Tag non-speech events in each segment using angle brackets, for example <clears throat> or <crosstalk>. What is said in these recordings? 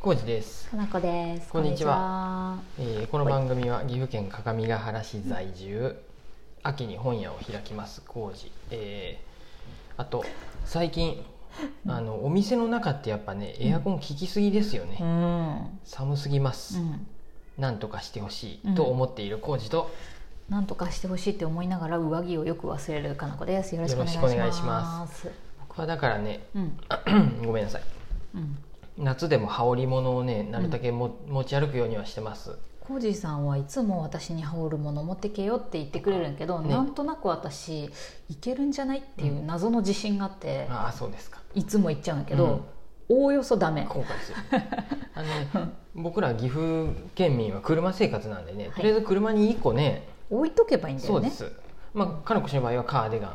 浩二です、かなこです。こんにちは。えーこの番組は岐阜県各務原市在住秋に本屋を開きます浩二、えーあと最近あのお店の中ってやっぱねエアコン効きすぎですよね、うん。寒すぎまうす、ん。なんとかしてほしいと思っている浩二と、なんとかしてほしいって思いながら上着をよく忘れるかなこです。よろしくお願いしよろしくお願いしま。ます僕はだからね <clears throat> うん。ごめんなさいうん。夏でも羽織物をねなるだけも、持ち歩くようにはしてますコージーさんはいつも私に羽織るもの持ってけよって言ってくれるんやけど、ねなんとなく私いけるんじゃないっていう謎の自信があって、ああそうですかいつも言っちゃうんやけど、おおよそダメ。後悔する <laughs> あのね僕ら岐阜県民は車生活なんでね、いとりあえず車に1個ね置いとけばいいんだそようでね。す、まあかのこ氏の場合はカーデガ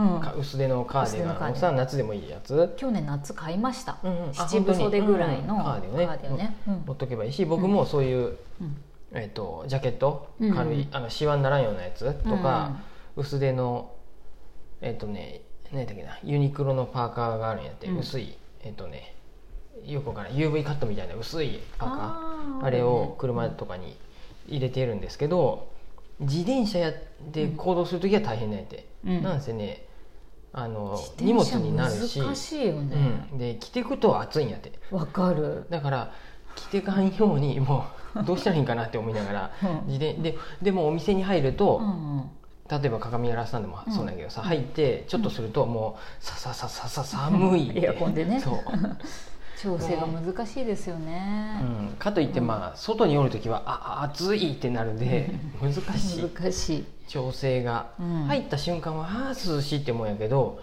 ン、うん。か薄手のカーデ薄手のカガーンデガンさ夏でもいいやつ、去年夏買いました。うんうんあ七分袖ぐらいの本当にうんうんカーデをねカーデをねうん持っとけばいいし僕もそういう、うん。えっとジャケットうんうん軽い、あのシワにならんようなやつとか、薄手のえっ、とね何だっけなユニクロのパーカーがあるんやって、うん薄いえっ、とねよくわからない UV カットみたいな薄いパーカーあーあれを車とかに入れてるんですけど自転車やで行動する時は大変なんやて、うんなんせねあの自転荷物車になるし難しいよねうん、で着ていくと暑いんやってわ、かる、だから着てかんようにも <laughs> うどうしたらいいんかなって思いながらうん自転ででもお店に入ると、うんうん例えば鏡ガラスさんでもそうなんやけどさ、うん入ってちょっとするともうさささささ寒いってエアコンでねそう、調整が難しいですよねうん、かといってまあ外におる時はあ暑いってなるで難しい難しい、調整がうん入った瞬間はあー涼しいって思うんやけど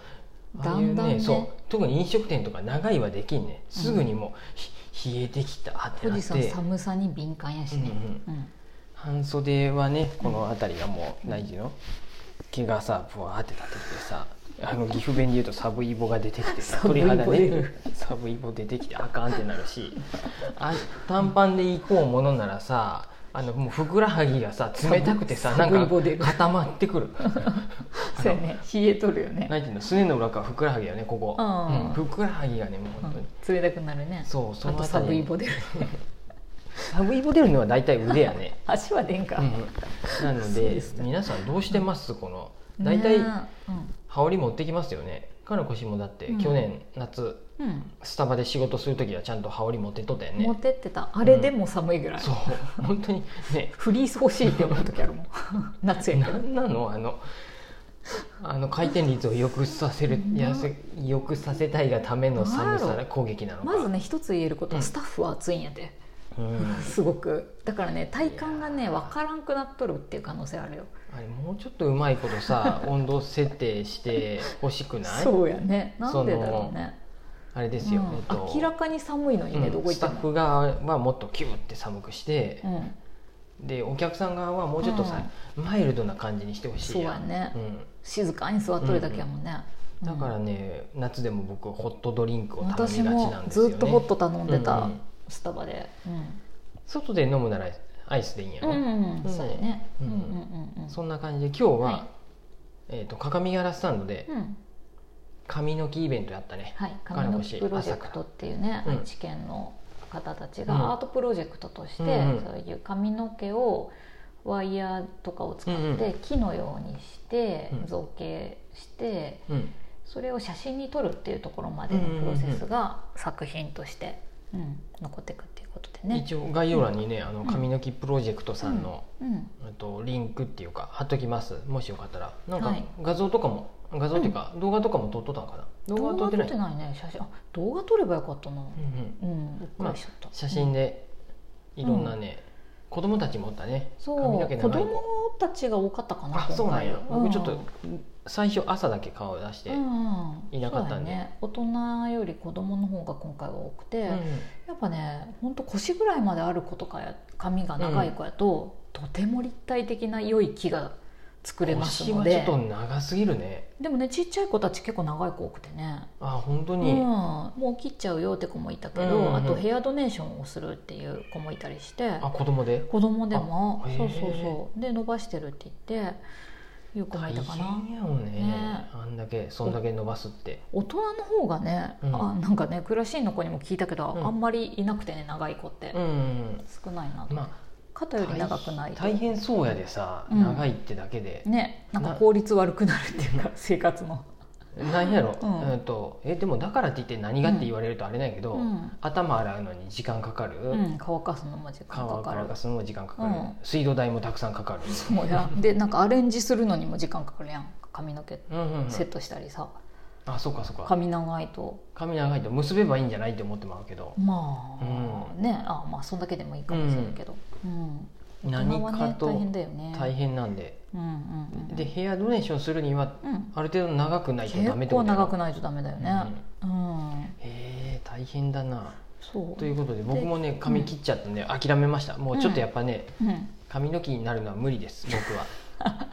ああいうだんだんねそう特に飲食店とか長いはできんねすぐにもうひ冷えてきたっておなっじさんて寒さに敏感やしね、うん半袖はねこの辺りがもう内耳の毛がさぶわーって立ってきてさあの岐阜弁で言うとサブイボが出てきてさ <laughs> サブイ鳥ボ肌出ねる <laughs> サブイボ出てきてあかんってなるしあ短パンで行こうものならさあのもうふくらはぎがさ冷たくてさサなブんイボ出かる固まってくるそうやね冷えとるよね、何ていうのすねの裏からふくらはぎだよねここ、うんうんふくらはぎがねもう本当に、うん冷たくなるねそうそあのと辺り寒いボ <laughs> 出るサブイボ出るのは大体腕やね足は出んか、うんなのそうでですか皆さんどうしてますこのね大体うん羽織持ってきますよねかのこしもだって、うん去年夏うんスタバで仕事する時はちゃんと羽織持ってっとったよね持ってってたあれでも寒いぐらい、そう <laughs> 本当にねフリース欲しいって思う時あ <laughs> るもん夏やなけどんなのあのあの回転率を良くさせるいやせ良くさせたいがための寒なんやさろ攻撃なのかまずね一つ言えることうはんスタッフは暑いんやで、うんすごくだからね体感がいねやー分からんくなっとるっていう可能性あるよあれもうちょっとうまいことさ温度設定してほしくないそうやねなんでだろうね、あれですよ、うんえっと明らかに寒いのにね、うんどこ行っスタてッフも、側はもっとキュッて寒くしてう、ん、でお客さん側はもうちょっとさ、マイルドな感じにしてほしいやんそうやねう静かに座っとるだけやもんね、ん、だかうらんね、夏でも僕ホットドリンクを頼私みがちもなんですよねずっとホット頼んでた、うんうんスタバで、外で飲むならアイスでいいんやうん、ろ、うんうんうんそうやね、ううんん、うんうんうんそんな感じで今日は、はいえー、と鏡柄スタンドでうん髪の毛イベントやったね、はい、金紙の星プロジェクトっていうね朝から愛知県の方たちうがんアートプロジェクトとして、うんうんそういう髪の毛をワイヤーとかを使っうんうんて木のようにしてうん造形してうん、それを写真に撮るっていうところまでのプロセスが作品として、うん、残っていくっていうことでね。一応概要欄にね、あの髪の毛プロジェクトさんの、うんあとリンクっていうか貼っときますもしよかったらなんかはい画像とかも、画像っていうか動画とかも撮っとったんかな動画は撮ってない動画撮ってないね写真あ動画撮ればよかったなうんうんうん、びっくりしちゃった、写真でいろんなね、子供たちもおったね髪そのう毛子長い供子たちが多かったかなあそうなんや今回僕ちょっうとん最初朝だけ顔を出して、うんいなかったんでそうやね、大人より子供の方が今回は多くて、うんやっぱねほんと腰ぐらいまである子とかや髪が長い子やと、とても立体的な良い木が作れます腰のはちょでっと長すぎるねでもねちっちゃい子たち結構長い子多くてね、あ本当うん、に、もう切っちゃうよって子もいたけど、うんうんうんあとヘアドネーションをするっていう子もいたりしてあ子供で子供でもあへーそうそうそうで伸ばしてるって言ってよく大見たかな変やもんねねあんだけそんだけ伸ばすって大人の方がね、うんあなんかねクラシーンの子にも聞いたけど、うんあんまりいなくてね長い子って、うんうん少ないなうんと、まあ肩より長くないと大変そうやでさ、うん長いってだけで、ねなんか効率悪くなるっていうか生活の、なんやろ、ううんんとえでもだからって言って何がって言われるとあれなんやけど、うん頭洗うのに時間かかる、うん、乾かすのも時間乾かかるかすのも時間かかる、うん水道代もたくさんかかる、そうやでなんかアレンジするのにも時間かかるやん髪の毛うんうんうんセットしたりさあそうかそうか髪長いと髪長いと結べばいいんじゃないって思ってまうけど、まあ、うんねあまあそんだけでもいいかもしれんけど、うん大人何はねかと大変だよね大変なんで、うんうんうんでヘアドネーションするにはうん、ある程度長くないとダメっ結てこ構とやろ長くないとダメだよねうん、へえ大変だなそうということで僕もね髪切っちゃったんで諦めましたもうちょっとやっぱね、うん、髪の毛になるのは無理です僕は、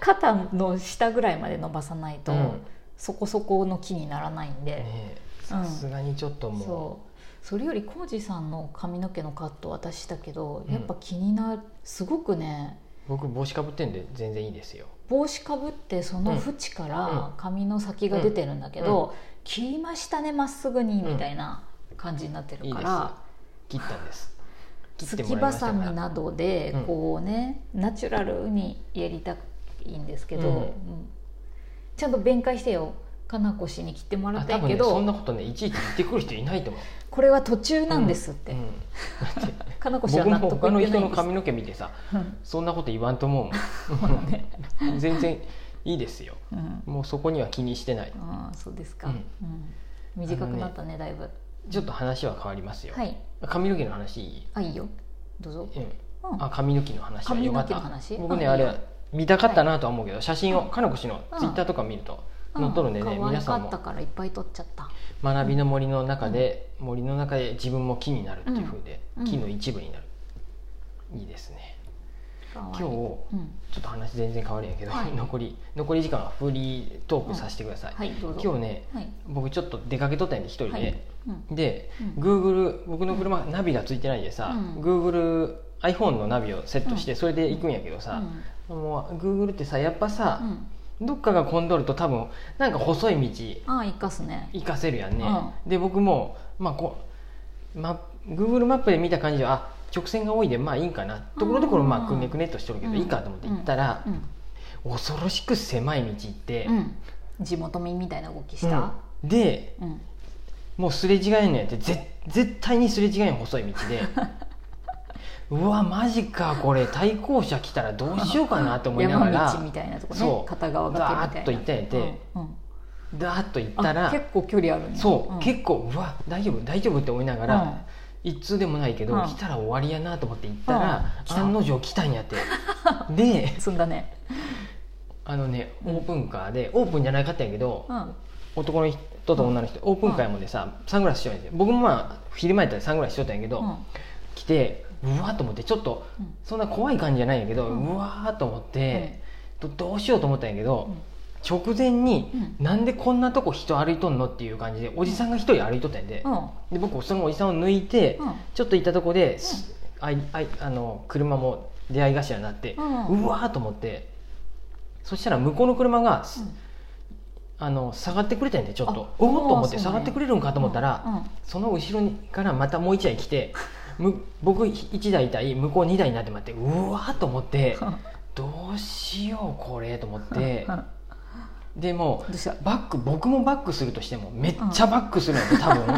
肩の下ぐらいまで伸ばさないと、うんそこそこの木にならないんで、ねえさすがにちょっともそうそれより浩二さんの髪の毛のカット私したけどうんやっぱ気になる、すごくねう、僕帽子かぶってんで全然いいですよ帽子かぶってその縁かうら髪の先が出てるんだけど、切りましたねまっすぐにみたいな感じになっているいかですら。切ったんですすてきもらいばましたさからみなどでうんこうね、ナチュラルにやりたいんですけど、うんうんちゃんと弁解してよかなこ氏に切ってもらあった多ん分やけねど、そんなことねいちいち言ってくる人いないと思うこれは途中なんですって、うんだってかなこ氏は僕納も得他のいって人ないんのです髪の毛見てさうんそんなこと言わんと思う <laughs> もん、 <laughs> 全然いいですようんもうそこには気にしてないああそうですか、ううんん短くなったねだいぶちょっと話は変わりますよ、はい髪の毛の話いい、あいいよどうぞ、うん、うん、あ髪の毛の話は髪よかのっ毛たの話僕ねああいいれよ見たかったなとは思うけど写真をうんかのこ氏のツイッターとか見ると載っとるんでねうん可皆愛さかんったもからいっぱい撮っちゃった「学びの森」の中で森の中で自分も木になるっていうふうでうん木の一部になるいいですね可愛い今日ちょうん、っと話全然変わるんやけどはい残り残り時間はフリートークさせてくださいはいどうぞ今日ねはい僕ちょっと出かけとったんやで一人はいでうんでうん Google 僕の車ナビがついてないでさうん GoogleiPhone のナビをセットしてうんそれで行くんやけどさもう Google ってさやっぱうんうさんどっかが混んどると多分なんか細い道ああ生かすね行かせるやんねで僕もまあこうま Google マップで見た感じはあ直線が多いでまあいいんかなところどころまあうくんねくねっとしとるけどうんいいかと思って行ったらうん、恐ろしく狭い道行ってうん、地元民みたいな動きした、うんでうんもうすれ違えんのやってぜ絶対にすれ違えん細い道 <laughs> でうわマジかこれ対向車来たらどうしようかなと思いながら山道みたいなとこそねう片側がけみたダーッといな行ってうんうんダーッと行ったあら結構距離あるねそう、ん結構うわ大丈夫大丈夫って思いながら、一通でもないけど、うん来たら終わりやなと思って行ったら、うん来た案の定来たんやってでうん、積んだね、あのねうんオープンカーでオープンじゃないかったんやけど、うん、男の人と女の人、オープンカーやもんでさサングラスしとんやて僕もまあ昼前やったらサングラスしとったんやけど、うん来てうわーと思ってちょっとうんそんな怖い感じじゃないんやけど、ううんわーと思って、どどうしようと思ったんやけど、直前に、うなんでこんなとこ人歩いとんのっていう感じでおじさんが一人歩いとったんやで、うんで僕そのおじさんを抜いて、うんちょっと行ったとこで、すあいあいあの車も出会い頭になって、ううんわーと思ってそしたら向こうの車が、すうんあの下がってくれたんやでちょっとあおおっと思っそうなんてや下がってくれるんかと思ったら、うんうんその後ろにからまたもう1台来 <laughs> てむ僕1台いたい向こう2台になって待ってうわーと思ってどうしようこれと思ってうんでもどうしたうバック僕もバックするとしてもめっちゃバックするんやで多 <laughs> 分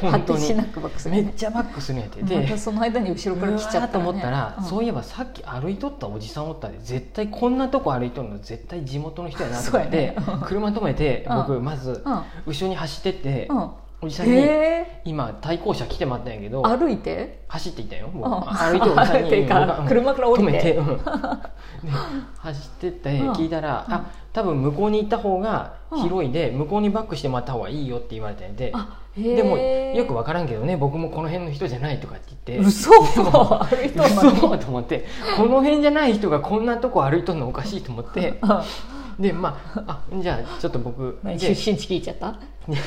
本当果てしになくバックするめねっちゃバックするんやってまたでその間に後ろから来ちゃったうら、わーね、と思ったら、うんそういえばさっき歩いとったおじさんおったで絶対こんなとこ歩いとるの絶対地元の人やなと思って、そうやねうん車止めてうん僕まずうん後ろに走ってって、うんおじさんにへえ今対向車来てまったんやけど歩いて走っていったよ、うもんう歩いておじさん歩いに <laughs> てか僕が車から降りて止めて、 <laughs> うんで走ってってうん聞いたら、うんあ多分向こうに行った方がうん広いで、向こうにバックしてもらった方がいいよって言われたんで、あへえでもよく分からんけどね僕もこの辺の人じゃないとかって言って嘘歩いとんのに嘘と思ってこの辺じゃない人がこんなとこ歩いとんのおかしいと思ってうんでまああじゃあちょっと僕何出で身地聞いちゃったいやいや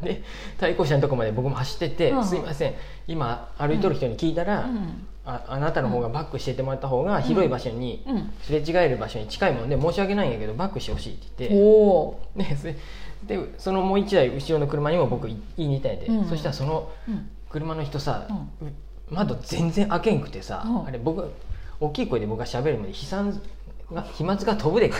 <laughs> で対向車のとこまで僕も走ってってう「んすいません今歩いとる人に聞いたら、うんああなたの方がバックしててもらった方が広い場所に、うんすれ違える場所に近いもんで申し訳ないんやけどバックしてほしいって言っておーでそれでそのもう一台後ろの車にも僕い言いに行ったんやで、うんそしたらそのうん車の人さう、ん窓全然開けんくてさ、うんあれ僕大きい声で僕が喋るまで飛散が飛沫が飛ぶ <laughs> でか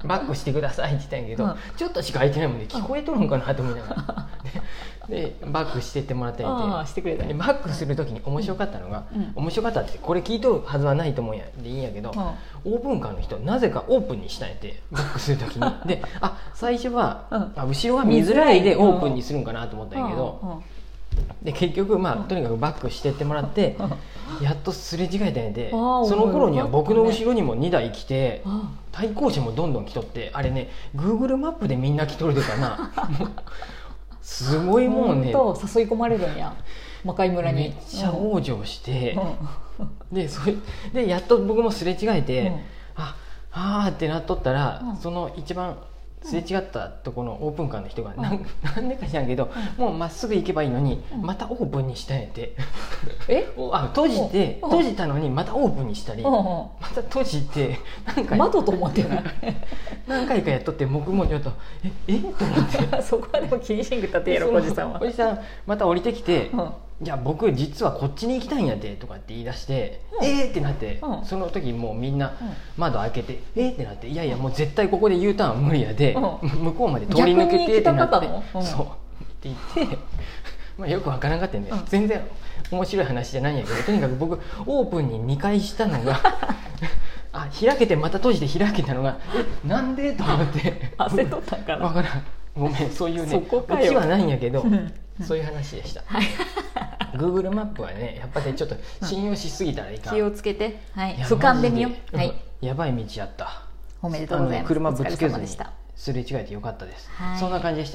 なバックしてくださいって言ったんやけど、うんちょっとしか開いてないもんで聞こえとるんかなと思いながら、 <laughs> ででバックしてってもらったんあやあてしてくれたでねバックする時に面白かったのが、うん面白かったってこれ聞いとるはずはないと思うんやでいいんやけど、オープンカーの人なぜかオープンにしたんやてバックする時にであ最初は、うんあ後ろは見づらいで見づらいオープンにするんかなと思ったんやけど、で結局まあ、とにかくバックしてってもらってうんうんやっとすれ違えたんやであそーの頃には思い僕出したねの後ろにも2台来てあ対向車もどんどん来とってあれね Google マップでみんな来とるでかなもうすごいもうねほんと誘い込まれるんや魔界村にめっちゃ往生してうんうんでそれでやっと僕もすれ違えて、うんああーってなっとったら、うんその一番すれ違ったとこのオープンカーの人がうんなんなんでか知らんけど、もうまっすぐ行けばいいのに、うんまたオープンにしたんやて。えおあ閉じてうん閉じたのにまたオープンにしたりうんうまんた閉じて何回窓と思ってない <laughs> 何回かやっとって僕もちょっとええ <laughs> と思ってそこはでも気にしんくたってやろそのおじさんはおじさんまた降りてきてうん「いや僕実はこっちに行きたいんやで」とかって言い出して「うんえー!」ってなってうんその時もうみんな窓開けて「えー!」ってなって「いやいやもう絶対ここで U ターンは無理やでうん向こうまで通り抜けて」ってな逆っにて行きたかったのうんそうって言って。まあ、よくわからんかったんで、うん全然面白い話じゃないんやけどとにかく僕オープンに2回したの <laughs> があ開けてまた閉じて開けたのがえなんでと思って焦っとったんかわなからんごめんそういうねそこかよオチはないんやけど、うんそういう話でした Google マップはねやっぱりちょっと信用しすぎたらいかん、気をつけてはいや俯瞰で見よマジうはいやばい道やったおめでとうございますあの車ぶつけお疲れず様でにしたすれ違えてよかったです、はいそんな感じでした